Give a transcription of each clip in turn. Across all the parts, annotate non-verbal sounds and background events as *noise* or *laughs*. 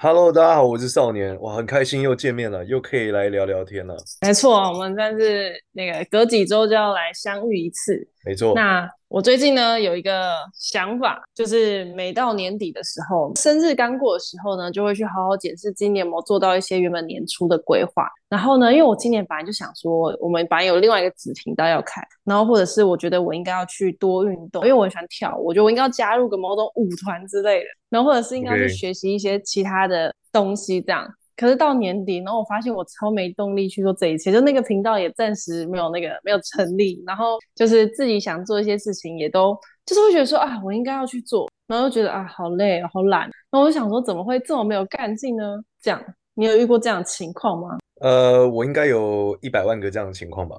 Hello，大家好，我是少年，哇，很开心又见面了，又可以来聊聊天了。没错，我们但是那个隔几周就要来相遇一次。没错，那我最近呢有一个想法，就是每到年底的时候，生日刚过的时候呢，就会去好好检视今年有没有做到一些原本年初的规划。然后呢，因为我今年本来就想说，我们本来有另外一个子频道要开，然后或者是我觉得我应该要去多运动，因为我很喜欢跳舞，我觉得我应该要加入个某种舞团之类的，然后或者是应该要去 OK 学习一些其他的东西这样。可是到年底，然后我发现我超没动力去做这一切，就那个频道也暂时没有那个没有成立，然后就是自己想做一些事情也都就是会觉得说啊，我应该要去做，然后就觉得啊好累哦好懒，然后我就想说怎么会这么没有干劲呢？这样你有遇过这样的情况吗？呃，我应该有一百万个这样的情况吧。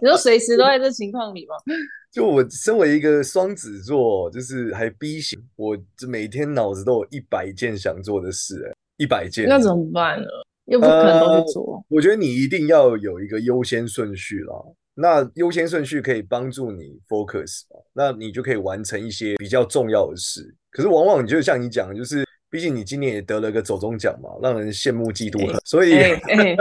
你说随时都在这情况里吗？就我身为一个双子座，就是还 B 型，我这每天脑子都有一百件想做的事、欸，一百件。那怎么办呢？又不可能都去做。我觉得你一定要有一个优先顺序啦。那优先顺序可以帮助你 focus 嘛，那你就可以完成一些比较重要的事。可是往往你就像你讲的，就是毕竟你今年也得了个走中奖嘛，让人羡慕嫉妒恨，所以哎 *laughs* 哎，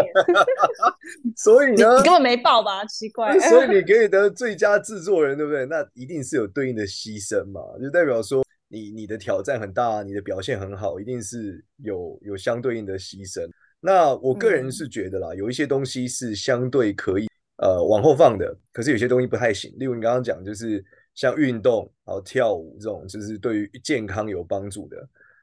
所以你呢你，根本没报吧？奇怪，所以你可以得最佳制作人，对不对？那一定是有对应的牺牲嘛，就代表说你你的挑战很大，你的表现很好，一定是有有相对应的牺牲。那我个人嗯是觉得啦，有一些东西是相对可以呃往后放的，可是有些东西不太行。例如你刚刚讲，就是像运动，然后跳舞这种，就是对于健康有帮助的。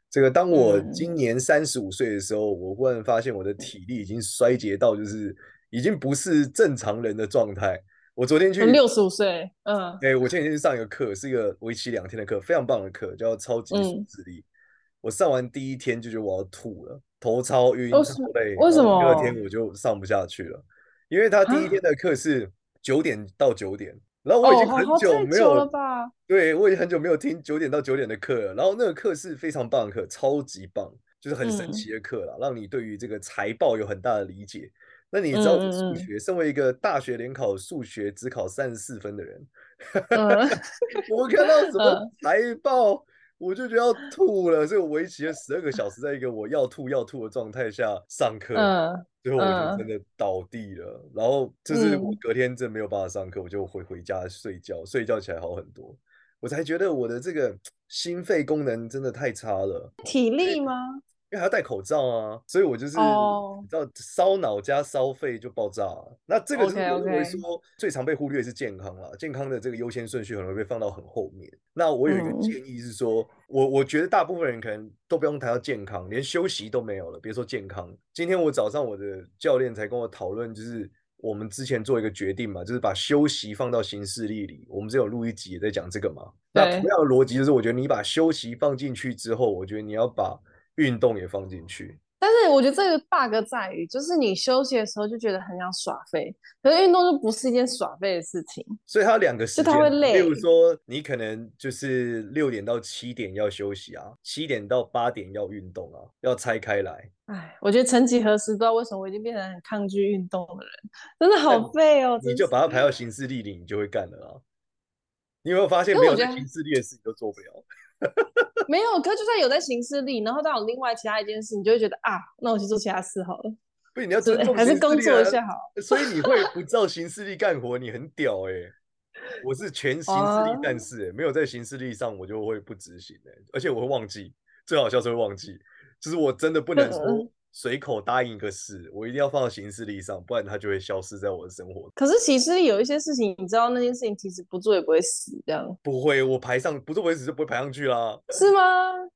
这个，当我嗯今年三十五岁的时候，我忽然发现我的体力已经衰竭到，就是已经不是正常人的状态。我昨天去，哎六十五岁，嗯哎，我前几天去上一个课，是一个为期两天的课，非常棒的课，叫超级嗯智力。我上完第一天就觉得我要吐了，头超晕，为超什么累，为什然后第二么天我就上不下去了，因为他第一啊天的课是九点到九点，然后我已哦经好很好久太没久有了吧对，我已经很久没有听九点到九点的课了，然后那个课是非常棒的课，超级棒，就是很神嗯奇的课啦，让你对于这个财报有很大的理解。那你知道嗯嗯数嗯学，身为一个大学联考数学只考三十四分的人，*laughs* *laughs* 嗯，我看到什么嗯财报，我就觉得要吐了，所以我为期了十二个小时，在一个我要吐要吐的状态下上课，嗯，最后我嗯就真的倒地了。然后就是我嗯隔天真的没有办法上课，我就回回家睡觉，睡觉起来好很多，我才觉得我的这个心肺功能真的太差了，体力吗？因为还要戴口罩啊，所以我就是哦你知道烧脑加烧肺就爆炸了。那这个就是我认 OK，OK 为说最常被忽略的是健康啦，健康的这个优先顺序很容易被放到很后面。那我有一个嗯建议是说，我我觉得大部分人可能都不用谈到健康，连休息都没有了，别说健康。今天我早上我的教练才跟我讨论，就是我们之前做一个决定嘛，就是把休息放到行事历里。我们之前有录一集也在讲这个嘛。那对同样的逻辑就是，我觉得你把休息放进去之后，我觉得你要把运动也放进去。但是我觉得这个 bug 在于，就是你休息的时候就觉得很想耍废，可是运动就不是一件耍废的事情。所以它有两个时它间会嘛例如累说你可能就是六点到七点要休息啊，七点到八点要运动啊，要拆开来。唉，我觉得曾几何时，不知道为什么我已经变成很抗拒运动的人，真的好废哦。你真就把它是排到行事历里，你就会干了啊。你有没有发现，可没是我有觉在得行事历的事情都做不了？没有，可是就算有在行事历，然后到有另外其他一件事，你就会觉得啊，那我去做其他事好了，不是你要 *laughs* 对尊重还是行事工历作一啊下好了。所以你会不照行事历干活，你很屌哎、我是全行事历哦但是、欸、没有在行事历上，我就会不执行哎、而且我会忘记。最好笑是会忘记，就是我真的不能嗯说随口答应一个事，我一定要放到行事历上，不然它就会消失在我的生活。可是其实有一些事情，你知道那件事情其实不做也不会死，这样不会，我排上不做为止就不会排上去啦。是吗？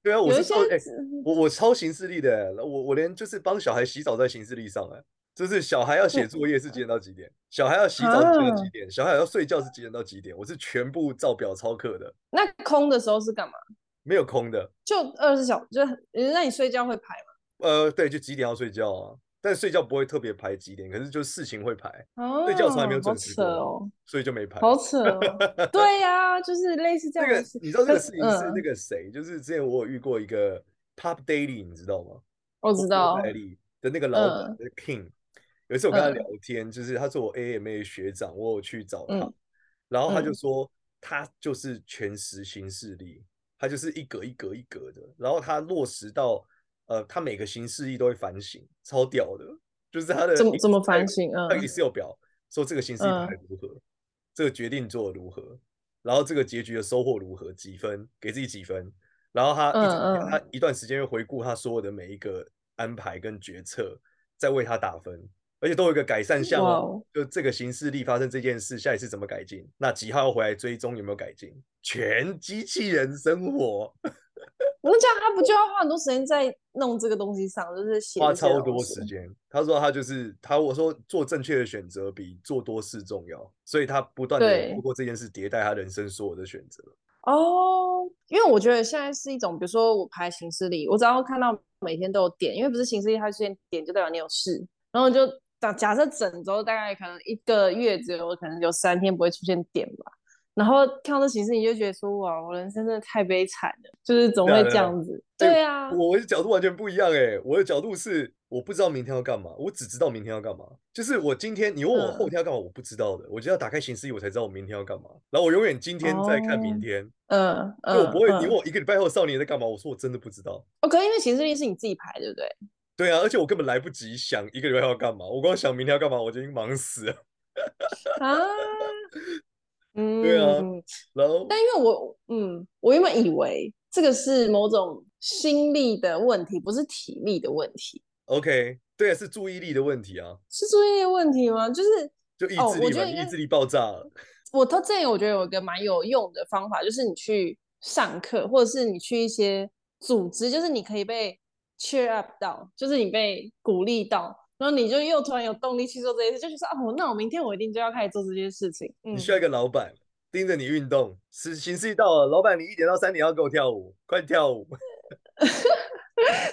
对啊，我有是一些照欸是我我超行事历的欸、我我连就是帮小孩洗澡在行事历上哎、就是小孩要写作业是几点到几点，小孩要洗澡是几点啊到几点，小孩要睡觉是几点到几点，我是全部照表操课的，那空的时候是干嘛？没有空的。嗯就二十四小，就那你睡觉会排吗？呃，对，就几点要睡觉啊？但睡觉不会特别排几点，可是就事情会排，哦，对教程还没有好准时扯过哦，所以就没排。好扯 *laughs* 哦，对呀、就是类似这这样个的事。你知道这但个是事情是嗯那个谁，就是之前我有遇过一个 Pop Daily，你知道吗？我我知道，的那个老板嗯那个 King，有一次我跟他嗯聊天，就是他是我 AMA 学长，我有去找他嗯，然后他就嗯说他就是全实行事历，他就是一格一格一格的，然后他落实到呃，他每个行事历都会反省，超屌的，就是他的怎么 Excel- 怎么反省？嗯他 Excel 表说这个行事历排嗯如何，这个决定做得如何，然后这个结局的收获如何，几分，给自己几分，然后他一整天嗯嗯他一段时间会回顾他所有的每一个安排跟决策，再为他打分，而且都有一个改善项哇哦哦，就这个行事历发生这件事，下一次怎么改进，那几号回来追踪有没有改进，全机器人生活，那这样他不就要花很多时间在弄这个东西上，就是写花这些超东多西时间。他说他就是他，我说做正确的选择比做多事重要，所以他不断的对通过这件事迭代他人生所有的选择。哦，因为我觉得现在是一种，比如说我排行事历，我只要看到每天都有点，因为不是行事历，它出现点就代表你有事，然后就假假设整周大概可能一个月只有可能有三天不会出现点吧，然后看到这行事历就觉得说哇，我人生真的太悲惨了，就是总对啊会对这啊样子，哎对啊，我的角度完全不一样哎、我的角度是我不知道明天要干嘛，我只知道明天要干嘛。就是我今天你问我后嗯天要干嘛，我不知道的，我就要打开行事历我才知道我明天要干嘛。然后我永远今天在看明哦天，嗯就我嗯不会。你嗯问我一个礼拜后少年在干嘛，我说我真的不知道。哦，可是因为行事历是你自己排，对不对？对啊，而且我根本来不及想一个礼拜后要干嘛，我光想明天要干嘛，我就已经忙死了。啊， *laughs* 对啊嗯。然后但因为我嗯，我原本以为这个是某种心力的问题，不是体力的问题， OK，对啊，是注意力的问题啊，是注意力的问题吗？就是就意哦志我力觉嘛，得嗯应意该志力爆炸了。我到这里，我觉得有一个蛮有用的方法，就是你去上课，或者是你去一些组织，就是你可以被 cheer up 到，就是你被鼓励到，然后你就又突然有动力去做这些事，就是说啊，我那我明天我一定就要开始做这件事情。嗯你，需要一个老板盯着你运动，时行事一到了，老板你一点到三点要给我跳舞，快跳舞。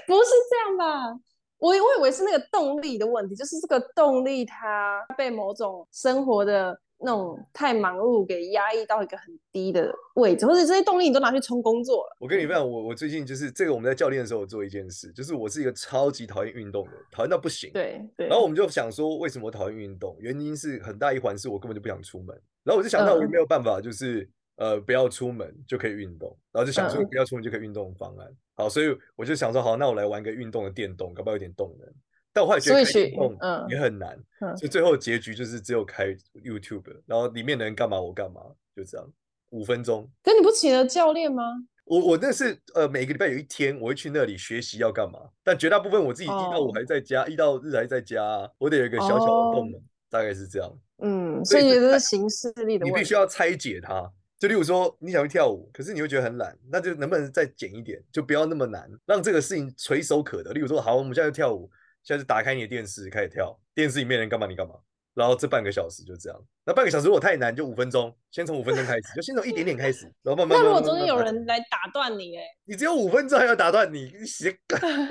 不是这样吧？我我以为是那个动力的问题，就是这个动力它被某种生活的那种太忙碌给压抑到一个很低的位置，或者这些动力你都拿去冲工作了。我跟你分享，我我最近就是这个，我们在教练的时候有做一件事，就是我是一个超级讨厌运动的人，讨厌到不行。对对，然后我们就想说，为什么我讨厌运动？原因是很大一环是我根本就不想出门。然后我就想到我嗯没有办法，就是呃不要出门就可以运动，然后就想出嗯不要出门就可以运动的方案。好，所以我就想说，好，那我来玩个运动的电动，搞不好有点动能。但我后来觉得开 Switch，运动嗯也很难，嗯所以最后结局就是只有开 YouTube，然后里面的人干嘛我干嘛，就这样，五分钟。可你不请了教练吗？我我那是呃每个礼拜有一天我会去那里学习要干嘛，但绝大部分我自己一到五哦还在家，一到日还在家啊，我得有一个小小的动哦能，大概是这样。嗯，所所以以是觉得在是形式力哎的你必问须题。要拆解它，就例如说你想去跳舞，可是你会觉得很懒，那就能不能再简一点，就不要那么难，让这个事情垂手可得。例如说，好，我们现在就跳舞，现在就打开你的电视开始跳，电视里面的人干嘛你干嘛，然后这半个小时就这样。那半个小时如果太难，就五分钟，先从五分钟开始，就先从一点点开始，然后慢慢慢那如果慢中慢间有慢慢人来打断 *laughs* 你、欸，你只有五分钟还要打断你，你写梗 *laughs*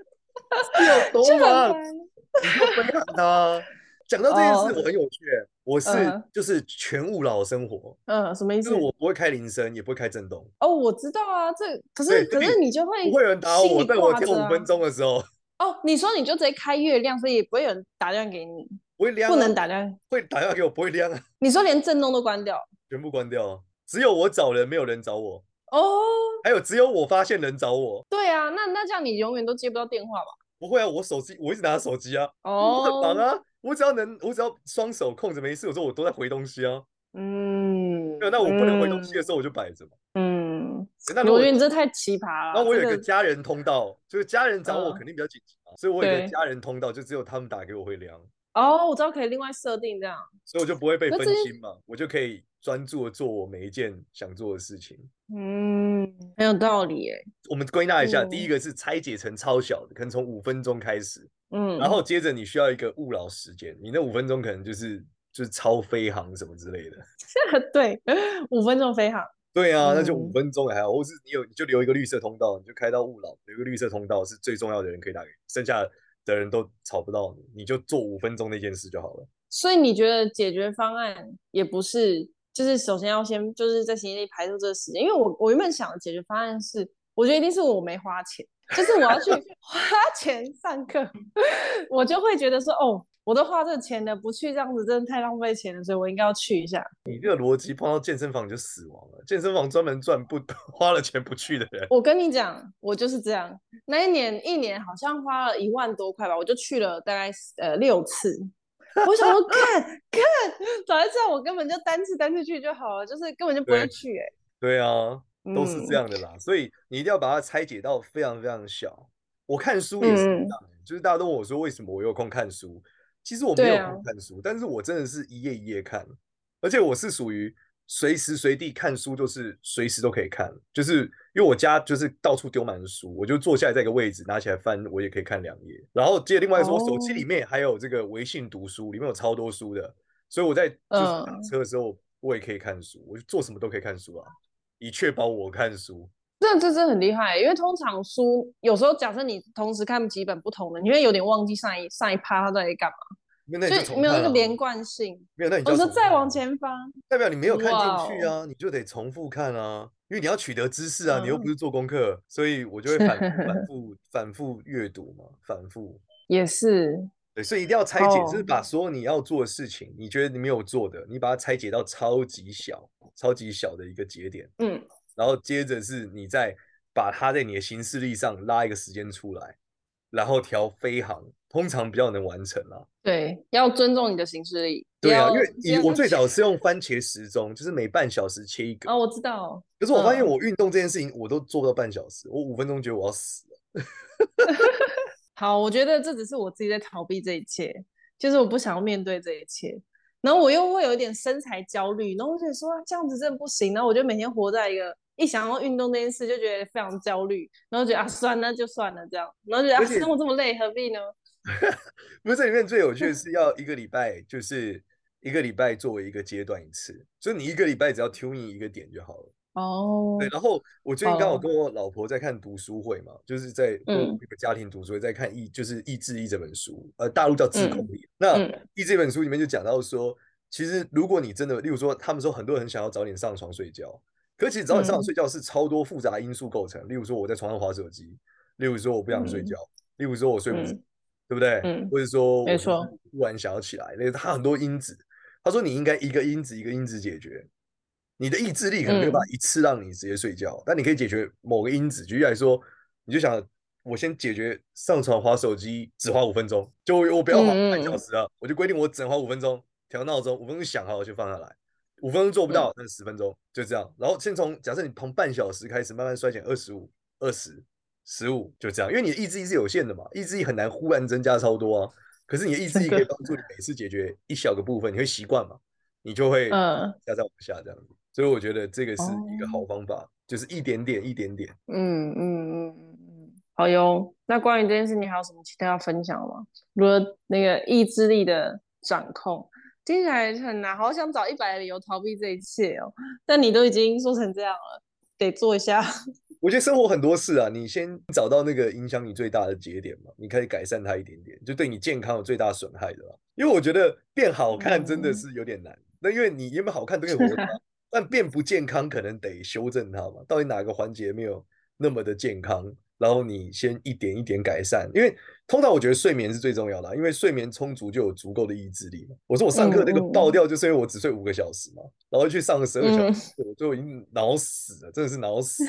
有多这很吗？烦你就分享他。讲到这件事，哦我很有趣欸，我是嗯就是全误老生活，嗯，什么意就思？是我不会开铃声，也不会开震动，哦，我知道啊，这可对是可所以是你就会不会有人打哎心我。里在我挂跳着五分啊钟的时候，哦，你说你就直接开月亮，所以也不会有人打电话给你，我会亮不啊能打电话。会打电话给我，不会亮啊，你说连震动都关掉全部关掉啊。只有我找人，没有人找我，哦？还有只有我发现人找我。对啊，那那这样你永远都接不到电话吧？不会啊，我手机我一直拿着手机啊，我很忙哦，啊，我只要能，我只要双手空着没事，我说我都在回东西啊。嗯，对，那我不能回东西的时候我就摆着嘛。嗯，那嗯，如我果觉得你这太奇葩然了。后我有这一个个家人通道，就是家人找我啊嗯肯定比较紧急嘛，所以我有一个对家人通道，就只有他们打给我会量，哦，我知道可以另外设定这样。所以我就不会被那分这件心嘛，我就可以专注的做我每一件想做的事情。嗯，很有道理耶。我们归纳一下，第一嗯个是拆解成超小的，可能从五分钟开始，嗯，然后接着你需要一个勿扰时间，你那五分钟可能就是就是超飞航什么之类的。 *laughs* 对，五分钟飞行。对啊，那就五嗯分钟也还好，或是你有你就留一个绿色通道，你就开到勿扰，留一个绿色通道是最重要的人可以打给你，剩下的人都吵不到你，你就做五分钟那件事就好了。所以你觉得解决方案也不是，就是首先要先就是在行李里排除这个时间，因为我我原本想的解决方案是，我觉得一定是我没花钱，就是我要去 *laughs* 花钱上课，我就会觉得说，哦，我都花这钱了，不去这样子真的太浪费钱了，所以我应该要去一下。你这个逻辑碰到健身房你就死亡了。健身房专门赚不 *laughs* 花了钱不去的人，我跟你讲，我就是这样，那一年一年好像花了一万多块吧，我就去了大概呃六次。我想说，看看，早知道我根本就单次单次去就好了，就是根本就不会对去、欸，对啊，都是嗯这样的啦。所以你一定要把它拆解到非常非常小。我看书也是一嗯样的，就是大家都问我说为什么我有空看书，其实我没对有啊空看书，但是我真的是一页一页看，而且我是属于随时随地看书，就是随时都可以看，就是因为我家就是到处丢满书，我就坐下来在一个位置拿起来翻，我也可以看两页。然后接着另外说，我手机哦里面还有这个微信读书，里面有超多书的，所以我在就是打嗯车的时候，我也可以看书，我就做什么都可以看书啊。以确保我看书。那这真的很厉害，因为通常书有时候，假设你同时看几本不同的，你会有点忘记上一上一趴他到底干嘛，因为那你就所以重没有看那个啊连，贯性。没有那你就要我说重再看往啊，前方，代表你没有看进去哇啊，你就得重复看啊，因为你要取得知识啊，你又不嗯是做功课，所以我就会反复、反复、反复阅读嘛，反复。也是对，所以一定要拆解，就是哦把所有你要做的事情，你觉得你没有做的，你把它拆解到超级小、超级小的一个节点，嗯，然后接着是你再把它在你的行事历上拉一个时间出来，然后调飞行，通常比较能完成啊。对，要尊重你的行事力。对啊，要因为不以要我再最去早是用番茄时钟，就是每半小时切一个。哦，我知道，可是我发现嗯我运动这件事情，我都做不到半小时，我五分钟觉得我要死了。好，我觉得这只是我自己在逃避这一切，就是我不想要面对这一切，然后我又会有一点身材焦虑，然后我就说、啊、这样子真的不行，然后我就每天活在一个一想要运动这件事就觉得非常焦虑，然后觉得啊算了那就算了这样，然后觉得而啊且生活这么累何必呢？不是这里面最有趣的是要一个礼拜，就是一个礼拜作为一个阶段一次，就是你一个礼拜只要 tuning 一个点就好了。哦，对，然后我最近刚好哦跟我老婆在看读书会嘛，就是在跟我嗯一个家庭读书会，在看《意》，就是《意志力》这本书，呃，大陆叫《自控嗯力》。那《嗯，E 意》这本书里面就讲到说，其实如果你真的，例如说，他们说很多人很想要早点上床睡觉，可其实早点上床嗯睡觉是超多复杂因素构成，例如说我在床上划手机，例如说我不想睡嗯觉，例如说我睡不着，嗯对不对？嗯或者说没我是错突然想要起来，那它很多因子。他说你应该一个因子一个因子解决，你的意志力可能没有办法嗯一次让你直接睡觉，但你可以解决某个因子。举例来说，你就想我先解决上床划手机只花五分钟，就我我不要划嗯嗯半小嗯时啊，我就规定我只能花五分钟，调闹钟五分钟响好我就放下来。五分钟嗯做不到，那十分钟就这样。然后先从假设你从半小时开始慢慢衰减，二十五、二十、十五，就这样。因为你的意志力是有限的嘛，意志力很难忽然增加超多啊。可是你的意志力真可以的帮助你每次解决一小个部分，你会习惯嘛，你就会嗯哦下再往下这样子。所以我觉得这个是一个好方法，就是一点点一点点。嗯嗯嗯嗯嗯，好哟。那关于这件事，你还有什么其他要分享的吗？如何那个意志力的掌控，听起来很难，好想找一百个理由逃避这一切哦。但你都已经说成这样了，得做一下。我觉得生活很多事啊，你先找到那个影响你最大的节点嘛，你可以改善它一点点，就对你健康有最大损害的啦。因为我觉得变好看真的嗯是有点难，那因为你原本好看都可以活 *laughs* 着啊，但变不健康可能得修正它嘛，到底哪个环节没有那么的健康，然后你先一点一点改善。因为通常我觉得睡眠是最重要的啊因为睡眠充足就有足够的意志力嘛。我说我上课那个嗯嗯爆嗯掉，就是因为我只睡五个小时嘛，然后去上了十二个小时，我最后已经脑死了，真的是脑死。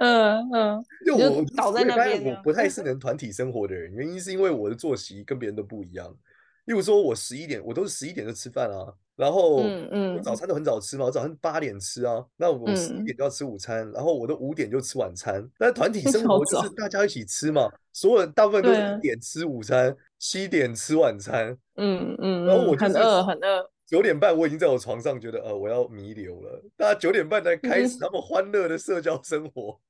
嗯嗯，就你就我倒在我也那发现边我啊了不 *laughs* 太是能团体生活的人，原因是因为我的作息跟别人都不一样。例如说，我十一点，我都是十一点就吃饭啊，然后嗯我早嗯餐都很早吃嘛，我早上八点吃啊，那我十一嗯点就要吃午餐，然后我都五点就吃晚餐。那团 *laughs* 体生好活就是早大家一起吃嘛，所有人大部分都是对啊一点吃午餐，七点吃晚餐，嗯嗯然后嗯，我就很是饿很饿。九点半我已经在我床上觉得呃我要弥留了，大家九点半才开 *laughs* 始他们欢乐的社交生活。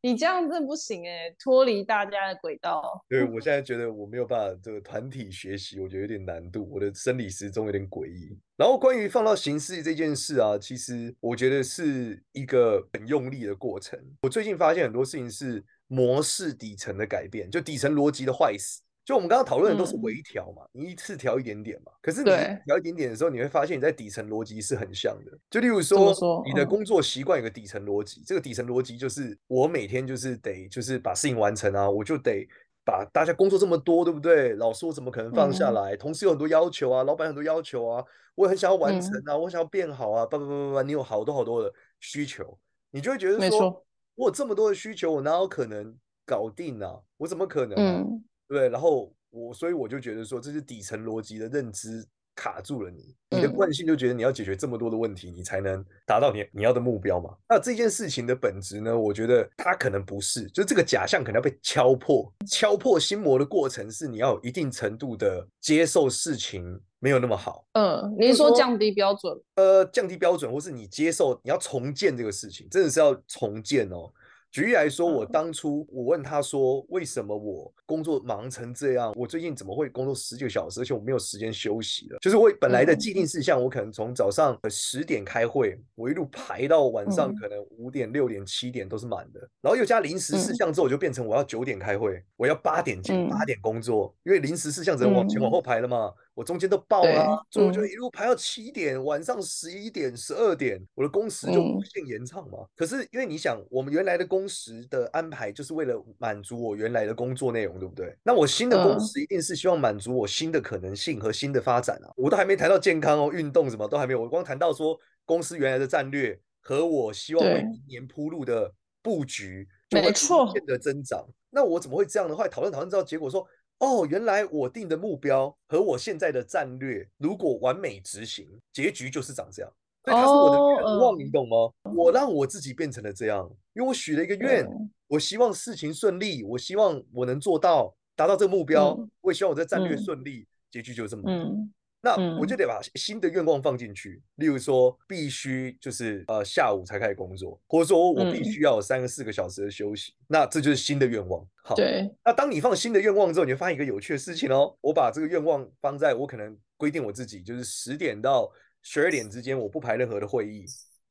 你这样真的不行哎，脱离大家的轨道。对，我现在觉得我没有办法这个团体学习，我觉得有点难度，我的生理时钟有点诡异。然后关于放到形式这件事啊，其实我觉得是一个很用力的过程。我最近发现很多事情是模式底层的改变，就底层逻辑的坏死。就我们刚刚讨论的都是微调嘛，你一次调一点点嘛。可是你嗯对调一点点的时候，你会发现你在底层逻辑是很像的。就例如么说，说你的嗯工作习惯有个底层逻辑，这个底层逻辑就是我每天就是得就是把事情完成啊，我就得把大家工作这么多，对不对？老师我怎么可能放下嗯来？同事有很多要求啊，老板有很多要求啊，我也很想要完成嗯啊，我想要变好啊，叭叭叭叭叭，你有好多好多的需求，你就会觉得没说错，我有这么多的需求，我哪有可能搞定啊？我怎么可能、啊？嗯，对，然后我，所以我就觉得说，这是底层逻辑的认知卡住了你，你的嗯惯性就觉得你要解决这么多的问题，你才能达到你你要的目标嘛。那这件事情的本质呢，我觉得它可能不是，就这个假象可能要被敲破，敲破心魔的过程是你要有一定程度的接受事情没有那么好。嗯，就你是说说降低标准？呃降低标准，或是你接受你要重建这个事情，真的是要重建哦。举例来说，我嗯当初我问他说，为什么我工作忙成这样？我最近怎么会工作十几个小时，而且我没有时间休息了？就是我本来的嗯既定事项，我可能从早上呃十点开会，我一路排到晚上嗯可能五点、六点、七点都是满的。然后又加临时事嗯项之后，我就变成我要九点开会，我要八点进，八嗯点工作，因为临时事项只能往前往嗯后排了嘛。我中间都爆了啊，对所以我就嗯一路排到七点，晚上十一点、十二点，我的工时就无嗯限延长嘛。可是因为你想，我们原来的工时的安排就是为了满足我原来的工作内容，对不对？那我新的工嗯时一定是希望满足我新的可能性和新的发展啊。我都还没谈到健康哦，运动什么都还没有，我光谈到说公司原来的战略和我希望为对明年铺路的布局，就没会无错限的增长。那我怎么会这样呢？后来讨论讨论之后，结果说。哦，原来我定的目标和我现在的战略，如果完美执行，结局就是长这样。所以它是我的愿望，哦嗯你懂吗？我让我自己变成了这样，因为我许了一个愿，我希望事情顺利，我希望我能做到达到这个目标，嗯我也希望我在战略嗯顺利，结局就是这么。嗯那我就嗯得把新的愿望放进去，例如说必须就是呃下午才开始工作，或者说我必嗯须要有三个四个小时的休息，那这就是新的愿望。好，对，那当你放新的愿望之后，你会发现一个有趣的事情哦。我把这个愿望放在我可能规定我自己，就是十点到十二点之间，我不排任何的会议，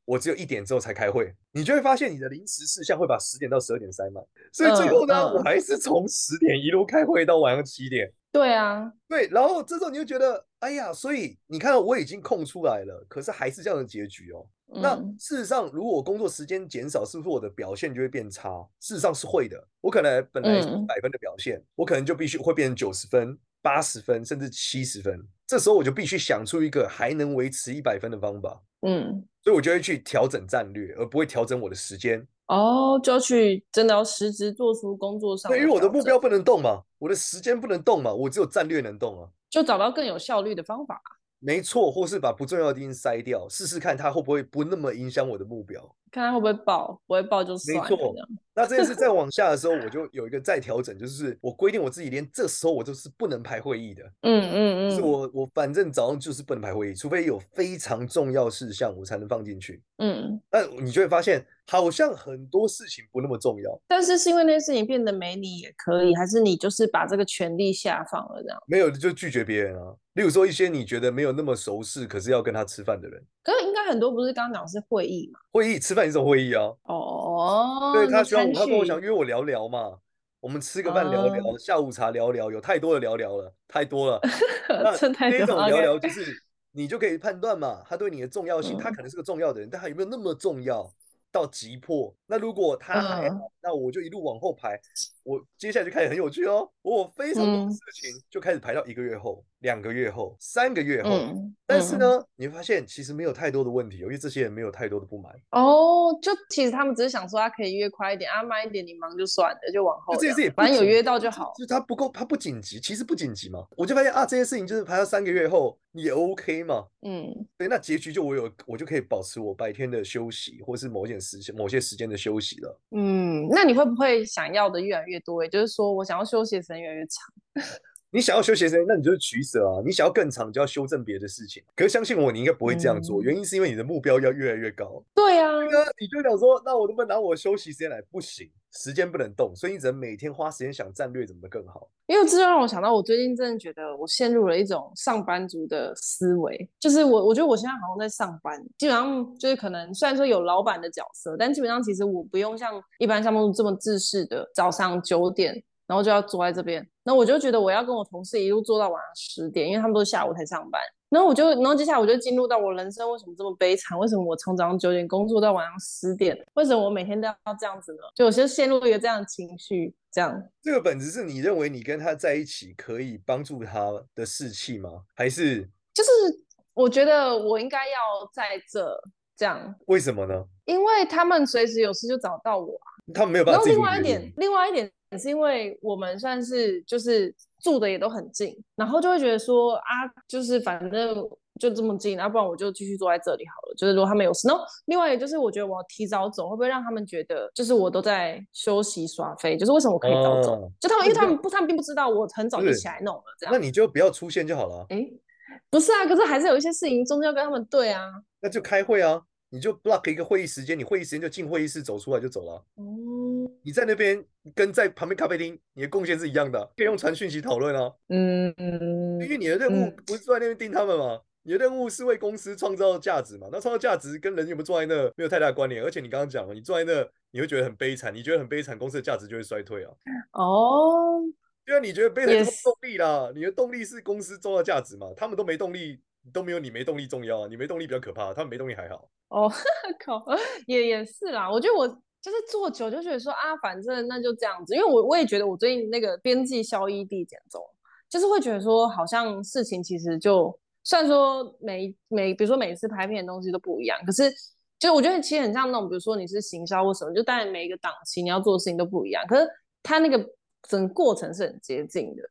我只有一点之后才开会。你就会发现你的临时事项会把十点到十二点塞满，所以最嗯后呢，我嗯还是从十点一路开会到晚上七点。对啊，对，然后这时候你就觉得，哎呀，所以你看我已经空出来了，可是还是这样的结局哦。那嗯事实上，如果我工作时间减少，是不是我的表现就会变差？事实上是会的。我可能本来是嗯百分的表现，我可能就必须会变成九十分、八十分，甚至七十分。这时候我就必须想出一个还能维持一百分的方法，嗯，所以我就会去调整战略，而不会调整我的时间。哦，就去真的要实质做出工作上对，因为我的调目整标不能动嘛，我的时间不能动嘛，我只有战略能动啊。就找到更有效率的方法。没错，或是把不重要的因塞掉，试试看它会不会不那么影响我的目标。看他会不会爆，不会爆就没算了。错这样，那这件事再往下的时候，我就有一个再调整，就是我规定我自己连这时候我都是不能排会议的，嗯嗯就是嗯，我我反正早上就是不能排会议，除非有非常重要事项我才能放进去。嗯，那你就会发现，好像很多事情不那么重要，但是是因为那些事情变得没你也可以，还是你就是把这个权利下放了这样？没有就拒绝别人啊。例如说一些你觉得没有那么熟识，可是要跟他吃饭的人，可是应该很多不是刚刚讲是会议嘛？会议吃饭也是种会议啊。哦，对那他喜欢餐我，他跟我想叙约我聊聊嘛，我们吃个饭聊聊，哦下午茶聊聊，有太多的聊聊了，太多了。 *laughs* 那真太那一多种了聊，OK 聊就是你就可以判断嘛，他对你的重要性，他嗯可能是个重要的人，但他有没有那么重要到急迫？那如果他还好，嗯那我就一路往后排，我接下来就开始很有趣哦，我有非常多的嗯事情就开始排到一个月后、两个月后、三个月后。嗯，但是嗯，呢，你会发现其实没有太多的问题哦，因为这些人没有太多的不满。哦，就其实他们只是想说他可以约快一点，啊慢一点你忙就算了，就往后这这件事也样，不反正有紧约急到就这好。就是它不够，它不紧急，其实不紧急嘛。我就发现啊，这些事情就是排到三个月后也 OK 嘛。嗯对，那结局就我有，我就可以保持我白天的休息，或是某一点时间、某些时间的休息了。嗯，那你会不会想要的越来越多？也就是说，我想要休息的时间越来越长。你想要休息的时间，那你就是取舍啊。你想要更长，就要修正别的事情。可是相信我，你应该不会这样做，嗯原因是因为你的目标要越来越高。对啊，那你就想说，那我能不能拿我休息时间来？不行，时间不能动，所以你只能每天花时间想战略怎么更好。因为这就让我想到，我最近真的觉得我陷入了一种上班族的思维，就是我我觉得我现在好像在上班，基本上就是可能虽然说有老板的角色，但基本上其实我不用像一般上班族这么自式的早上九点，然后就要坐在这边，那我就觉得我要跟我同事一路坐到晚上十点，因为他们都是下午才上班。然后我就，然后接下来我就进入到我人生为什么这么悲惨？为什么我从早上九点工作到晚上十点？为什么我每天都要这样子呢？就我就陷入一个这样的情绪，这样。这个本质是你认为你跟他在一起可以帮助他的士气吗？还是就是我觉得我应该要在这这样，为什么呢？因为他们随时有事就找到我啊。他们没有办然法后自己另去外一决定点，另外一点是因为我们算是就是住的也都很近，然后就会觉得说啊，就是反正就这么近，要啊不然我就继续坐在这里好了。就是如果他们有事，然后另外一个就是我觉得我要提早走，会不会让他们觉得就是我都在休息耍废？就是为什么我可以早走？哦就他们因为那他你们不，他们并不知道我很早就是起来弄了这样那。你就不要出现就好了啊，诶，不是啊，可是还是有一些事情终究要跟他们对啊。那就开会啊，你就 block 一个会议时间，你会议时间就进会议室走出来就走了啊。哦，你在那边跟在旁边咖啡厅，你的贡献是一样的啊，可以用传讯息讨论啊，嗯，因为你的任务嗯不是坐在那边盯他们嘛。你的任务是为公司创造价值嘛？那创造价值跟人有没有坐在那没有太大的关联，而且你刚刚讲了，你坐在那你会觉得很悲惨，你觉得很悲惨，公司的价值就会衰退啊。哦，对啊，你觉得悲惨就是 Yes 动力啦，你的动力是公司重要价值嘛？他们都没动力，都没有你没动力重要啊。你没动力比较可怕，他们没动力还好。哦， *laughs* 靠，也也是啦。我觉得我就是做久就觉得说啊，反正那就这样子。因为我我也觉得我最近那个边际效益递减中，就是会觉得说好像事情其实就虽然说每每比如说每次拍片的东西都不一样，可是就我觉得其实很像那种，比如说你是行销或什么，就当然每一个档期你要做的事情都不一样，可是它那个整个过程是很接近的。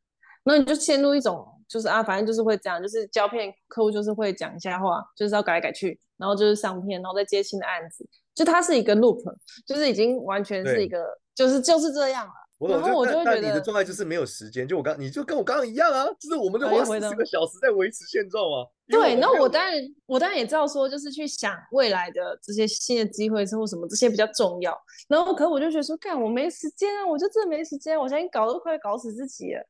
那你就陷入一种就是啊，反正就是会这样，就是胶片客户就是会讲一下话，就是要改来改去，然后就是上片，然后再接新的案子，就它是一个 loop，就是已经完全是对一个就是就是这样了。啊我懂，然后我就但会但觉你的得状态就是没有时间，就我刚你就跟我刚刚一样啊，就是我们就啊花又四回十到个小时在维持现状啊。因为对，们那没有我当然，我当然也知道说，就是去想未来的这些新的机会是或什么，这些比较重要。然后，可我就觉得说，干，我没时间啊，我就真的没时间，我现在搞都快搞死自己了。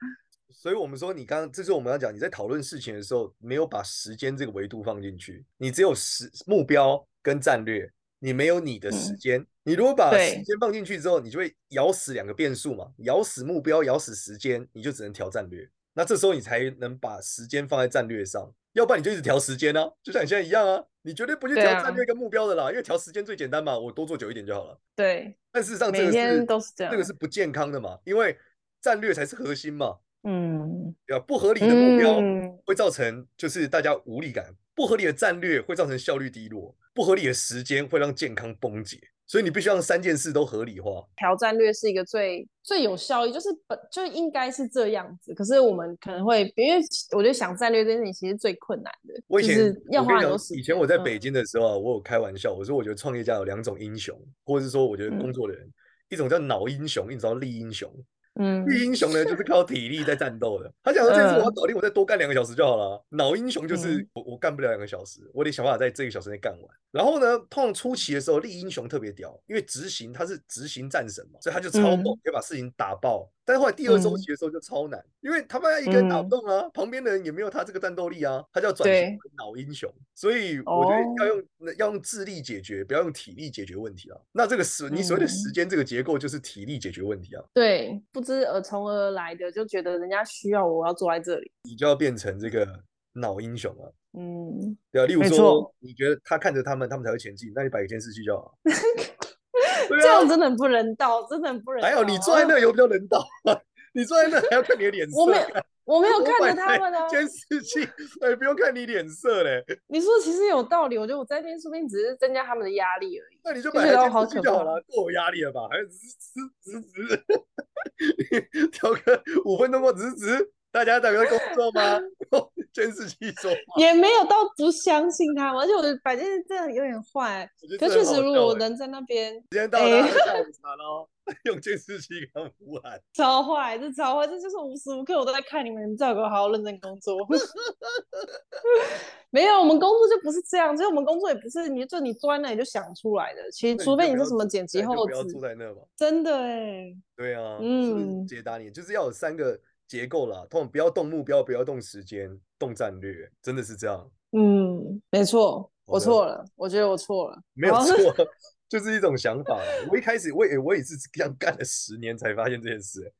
所以我们说，你刚刚这是我们要讲，你在讨论事情的时候，没有把时间这个维度放进去，你只有时目标跟战略，你没有你的时嗯间。你如果把时对间放进去之后，你就会咬死两个变数嘛，咬死目标，咬死时间，你就只能调战略。那这时候你才能把时间放在战略上，要不然你就一直调时间啊，就像你现在一样啊，你绝对不去对调啊战略跟目标的啦，因为调时间最简单嘛，我多做久一点就好了。对，但事实上，这个每是天都是这样。这个是不健康的嘛，因为战略才是核心嘛。嗯对吧？呃不合理的目标嗯，会造成就是大家无力感，不合理的战略会造成效率低落，不合理的时间会让健康崩解。所以你必须让三件事都合理化。调战略是一个最最有效益，就是本就应该是这样子。可是我们可能会，因为我觉得想战略这件事情其实最困难的，我以就前是要我跟花你很讲，多时间。以前我在北嗯京的时候啊，我有开玩笑，我说我觉得创业家有两种英雄，或者是说我觉得工嗯作的人，一种叫脑英雄，一种叫力英雄。嗯，力英雄呢，就是靠体力在战斗的。他想说这件事我要嗯搞定，我再多干两个小时就好了啊。脑英雄就是嗯我我干不了两个小时，我得想办法在这个小时内干完。然后呢，通常初期的时候，力英雄特别屌，因为执行他是执行战神嘛，所以他就超猛，嗯可以把事情打爆。但是后来第二周嗯期的时候就超难，因为他妈一个人打不嗯动啊，旁边的人也没有他这个战斗力啊，他就要转型对为脑英雄。所以我觉得要哦用、要用智力解决，不要用体力解决问题啊。那这个时你所谓的时嗯间这个结构就是体力解决问题啊。对，不知而从而来的，就觉得人家需要我，我要坐在这里。你就要变成这个脑英雄了，嗯，对啊，例如没说错，你觉得他看着他们，他们才会前进，那你摆个监视器就 *laughs* 好。对这样啊，真的很不人道，真的很不人道。还有你坐在那有比较人道啊，你坐在那还要看你的脸色。我没有，我没有我看摆着他台 *laughs* 们啊。监视器，哎，不用看你脸色嘞，你说其实有道理，我觉得我在那边说不定只是增加他们的压力而已。那你就就摆觉台得监好视器可就好怕了，够有压力了 *laughs* 吧？还直直直直，调个五分钟过直直。大家大家在工作吗？ *laughs* 监视器说话，也没有到不相信他们，而且我的摆件真的有点坏。我觉得可这确很好实，笑如果我欸能在那边，时间到哎了，下午茶喽， *laughs* 用监视器给他们呼喊。 *laughs* 超坏，这超坏，这就是无时无刻我都在看你们，你们最好给我好好认真工 *laughs* 作。没有，我们工作就不是这样，所以我们工作也不是你就你坐在那里就想出来的。其实，那除你就非你不是要什么剪辑那你就后不要坐置，在那吧。真的哎，对啊，嗯嗯，解答你就是要有三个结构啦，通常不要动目标，不要动时间，动战略，真的是这样，嗯，没错，我好的错了，我觉得我错了。没有好错， *laughs* 就是一种想法啦。我一开始我也我也是这样干了十年才发现这件事欸。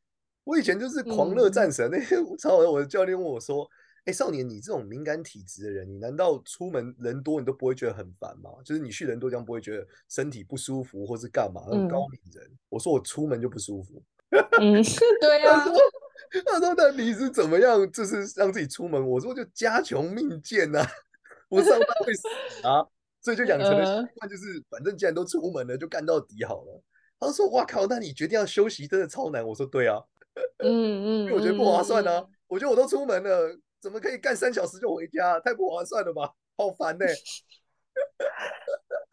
我以前就是狂热嗯战神，那天我操，我的教练问我说：“哎，少年，你这种敏感体质的人，你难道出门人多你都不会觉得很烦吗？就是你去人多这样不会觉得身体不舒服或是干嘛？那种高敏人。我说我出门就不舒服。嗯， *laughs* 对啊，他说：“ *laughs* 那你是怎么样，就是让自己出门？”我说：“就家穷命贱呐、 *laughs* 不上班会死啊。”所以就养成了习呃惯，就是反正既然都出门了，就干到底好了。他说：“哇靠，那你决定要休息真的超难。”我说：“对啊，嗯因嗯， *laughs* 为我觉得不划算嗯啊。我觉得我都出门了，怎么可以干三小时就回家？太不划算了吧，好烦呢、欸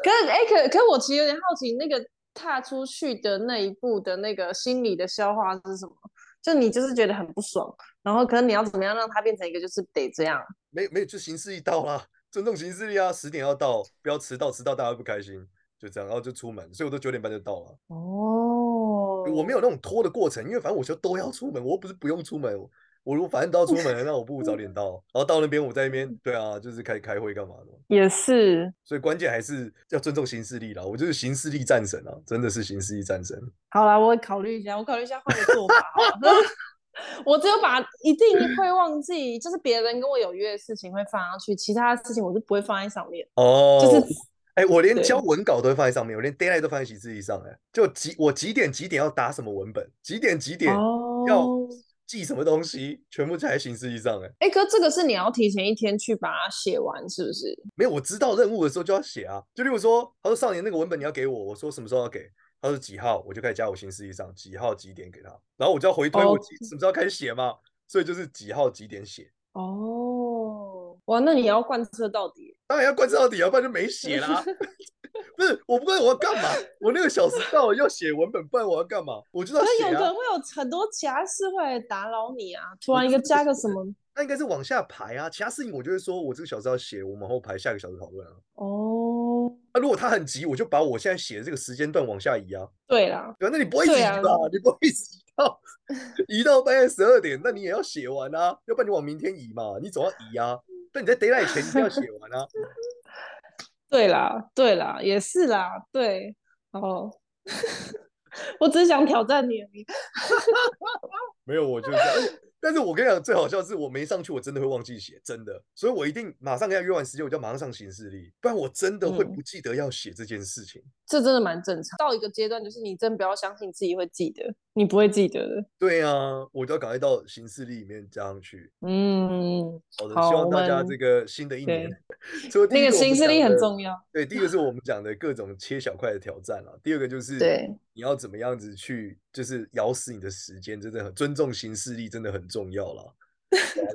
可是，哎、可可我其实有点好奇，那个踏出去的那一步的那个心理的消化是什么？就你就是觉得很不爽，然后可能你要怎么样让它变成一个就是得这样，没没有，就行事一到啦，尊重行事力啊，十点要到，不要迟到，迟到大家会不开心。”就这样，然后就出门，所以我都九点半就到了。哦我没有那种拖的过程，因为反正我就都要出门，我又不是不用出门，我如果反正都要出门了，那我不如早点到，然后到那边我在那嗯边，对啊，就是开开会干嘛的，也是，所以关键还是要尊重行事力啦，我就是行事力战神啊，真的是行事力战神，好啦，我考虑一下，我考虑一下换个做法好了。 *laughs* 我只有把一定会忘记，就是别人跟我有约的事情会放上去，其他的事情我是不会放在上面。哦，就是哎、我连对交文稿都会放在上面，我连 d a y l i g h t 都放在行事历上、哎，就几我几点几点要打什么文本，几点几点要哦，记什么东西，全部加在行事历上、哎，哎、可是这个是你要提前一天去把它写完，是不是？没有，我知道任务的时候就要写啊。就例如说，他说少年那个文本你要给我，我说什么时候要给，他说几号，我就开始加我行事历上几号几点给他，然后我就要回推我哦几什么时候开始写嘛，所以就是几号几点写，哦，哇，那你要贯彻到底。当然要贯彻到底啊，不然就没写 *laughs* 啦。不是，我不管我要干嘛，我那个小时到了要写文本，不然我要干嘛？我就要可写是有可啊能。会有很多其他事会来打扰你啊，突我然一知个道加个是什么那应该是往下排啊，其他事情我就会说，我这个小时要写，我们后排下个小时讨论啊。哦，那、如果他很急，我就把我现在写的这个时间段往下移啊。对啦，对啊，那你不会一直对移啊吧？你不会一直移 *laughs* 到移到半夜十二点，那你也要写完啊，要不然你往明天移嘛，你总要移啊。但你在 d a y l i g h t 前一定要写完 *laughs* 啊。对啦，对啦，也是啦，对，哦， *laughs* 我只是想挑战你而已。没有，我就是这样。但是我跟你讲，最好笑的是我没上去，我真的会忘记写，真的。所以我一定马上跟他约完时间，我就马上上行事历，不然我真的会嗯不记得要写这件事情。这真的蛮正常，到一个阶段，就是你真不要相信自己会记得，你不会记得的。对啊，我就要赶快到行事历里面加上去。嗯，好的，好希望我大家们这个新的一年，除了第那一个我们行事力讲很的重要。对，第一个是我们讲的各种切小块的挑战了，第二个就是对你要怎么样子去，就是咬死你的时间，真的很尊重行事力，真的很重要 *laughs* 了。对啊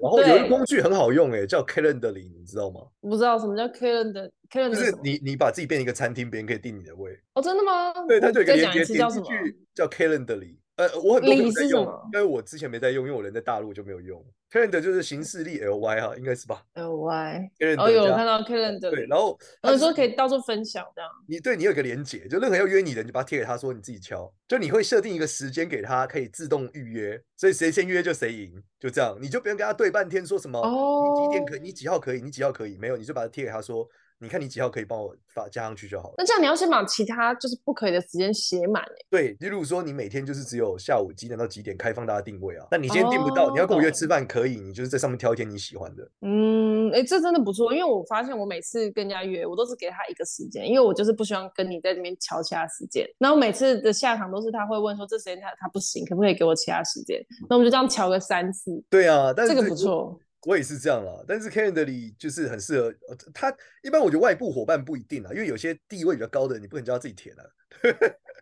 然后有一个对工具很好用、欸，叫 Calendly，你知道吗？我不知道什么叫 calendar calendar 就什是么你你把自己变成一个餐厅，别人可以定你的位。哦，真的吗？对，它我就有一个再连讲一接，次点叫进什么？去叫 Calendly。呃，我很多朋友理在是什用么，但是我之前没在用，因为我人在大陆就没有用。Calendar 就是行事历 LY 啊，应该是吧 L 呃 Y， ？Calendar 哦哦，有这我样看到 calendar，对，然后它我就是说可以到处分享这样。你对你有一个连结，就任何要约你的，你就把它贴给他说你自己敲，就你会设定一个时间给他，可以自动预约，所以谁先约就谁赢，就这样，你就不用跟他对半天说什哦么哦你几点可，你几号可以，你几号可以，没有，你就把它贴给他说，你看你几号可以帮我发加上去就好了。那这样你要先把其他就是不可以的时间写满欸对，例如说你每天就是只有下午几点到几点开放大家定位啊，那你今天定不到，你哦要跟我约懂吃饭可以，你就是在上面挑一天你喜欢的。嗯，哎，这真的不错，因为我发现我每次跟人家约，我都是给他一个时间，因为我就是不希望跟你在这边敲其他时间。然后每次的下场都是他会问说这时间他他不行，可不可以给我其他时间？那我们就这样敲个三次，对啊，但是这个这不个错。我也是这样啦，但是 Calendly 就是很适合，呃它一般我觉得外部伙伴不一定啦，因为有些地位比较高的，你不能叫他自己填了，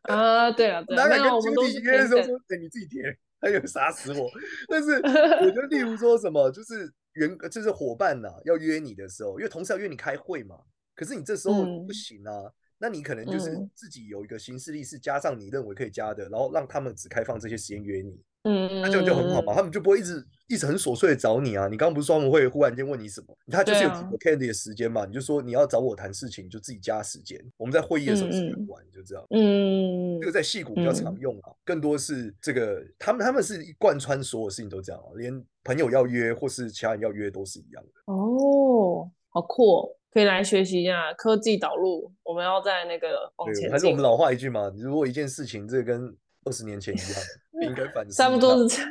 啊，对了对哪了，没敢跟有，我们都 Judy 是约的平时候等说，哎、你自己填，他就杀死我。但是我觉得，例 *laughs* 如说什么，就是员就是伙伴呐、要约你的时候，因为同事要约你开会嘛，可是你这时候嗯不行啊。那你可能就是嗯自己有一个行事历是加上你认为可以加的，然后让他们只开放这些时间约你，嗯，那这样就很好嘛，他们就不会一直一直很琐碎的找你啊。你刚刚不是说他们会忽然间问你什么？他就是对有啊 candy 的时间嘛，你就说你要找我谈事情，就自己加时间。我们在会议的时候时嗯间嗯晚，就这样。嗯，嗯这个在戏骨比较常嗯用啊，更多是这个他们他们是贯穿所有事情都这样啊，连朋友要约或是其他人要约都是一样的。哦，好酷哦，可以来学习一下科技导入，我们要在那个往对，前还是我进们老话一句嘛，如果一件事情这跟二十年前一 *laughs* 样，应该反思差不一多下是这样，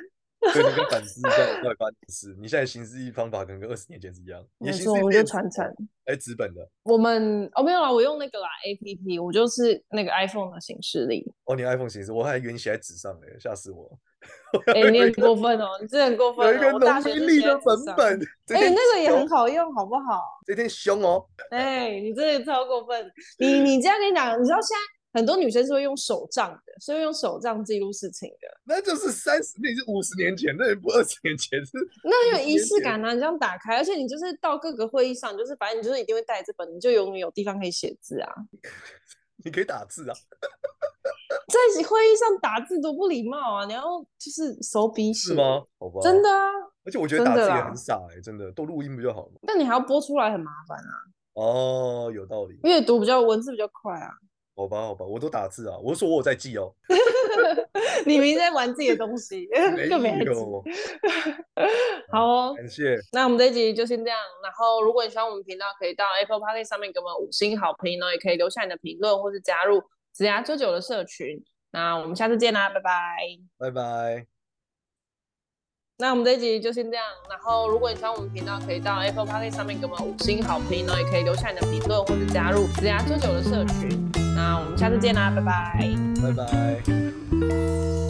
对，你可以反思一下，到底发生什么事。你现在行事历方法可能跟二十年前是一样，你没的行错，事历我就变传纸的承。哎，纸本的我们哦没有啦，我用那个啦 APP，我就是那个 iPhone 的形式 *laughs* 力。哦，你 iPhone 行事，我还以为你写在纸上嘞，吓死我！哎、你很过分哦，你真的很过分有一哦个我大农学民就历写的在纸本上本，这哎、天那个也很凶，好用，好不好？这天凶哦，哎、你真的超过分！你你这样跟你讲，你知道现在很多女生是会用手账的，是会用手账记录事情的，那就是三十，那已经五十年前，那也不二十年前是。那很有理仪解式感啊！你这样打开，而且你就是到各个会议上，你就是反正你就是一定会带这本，你就永远有地方可以写字啊。你可以打字啊，在会议上打字多不礼貌啊！你要就是手笔是写，吗？好吧，真的。啊。而且我觉得真打字的也啦很傻哎、真的，都录音不就好了吗？但你还要播出来很麻烦啊，哦，有道理。阅读比较文字比较快啊。 *laughs* 好吧，好吧，我都打字啊，我都说我有在记哦，你明明在玩自己的东 *laughs* 西，更 *laughs* 没人记。有。好哦，感谢，那我们这一集就先这样。然后，如果你喜欢我们频道，可以到 Apple p o c k e t 上面给我们五星好评哦，也可以留下你的评论，或是加入子牙九九的社群。那我们下次见啦，拜拜。拜拜。那我们这一集就先这样。然后，如果你喜欢我们频道，可以到 Apple p o c k e t 上面给我们五星好评哦，也可以留下你的评论，或是加入子牙九九的社群。那我们下次见啦，拜拜。拜拜。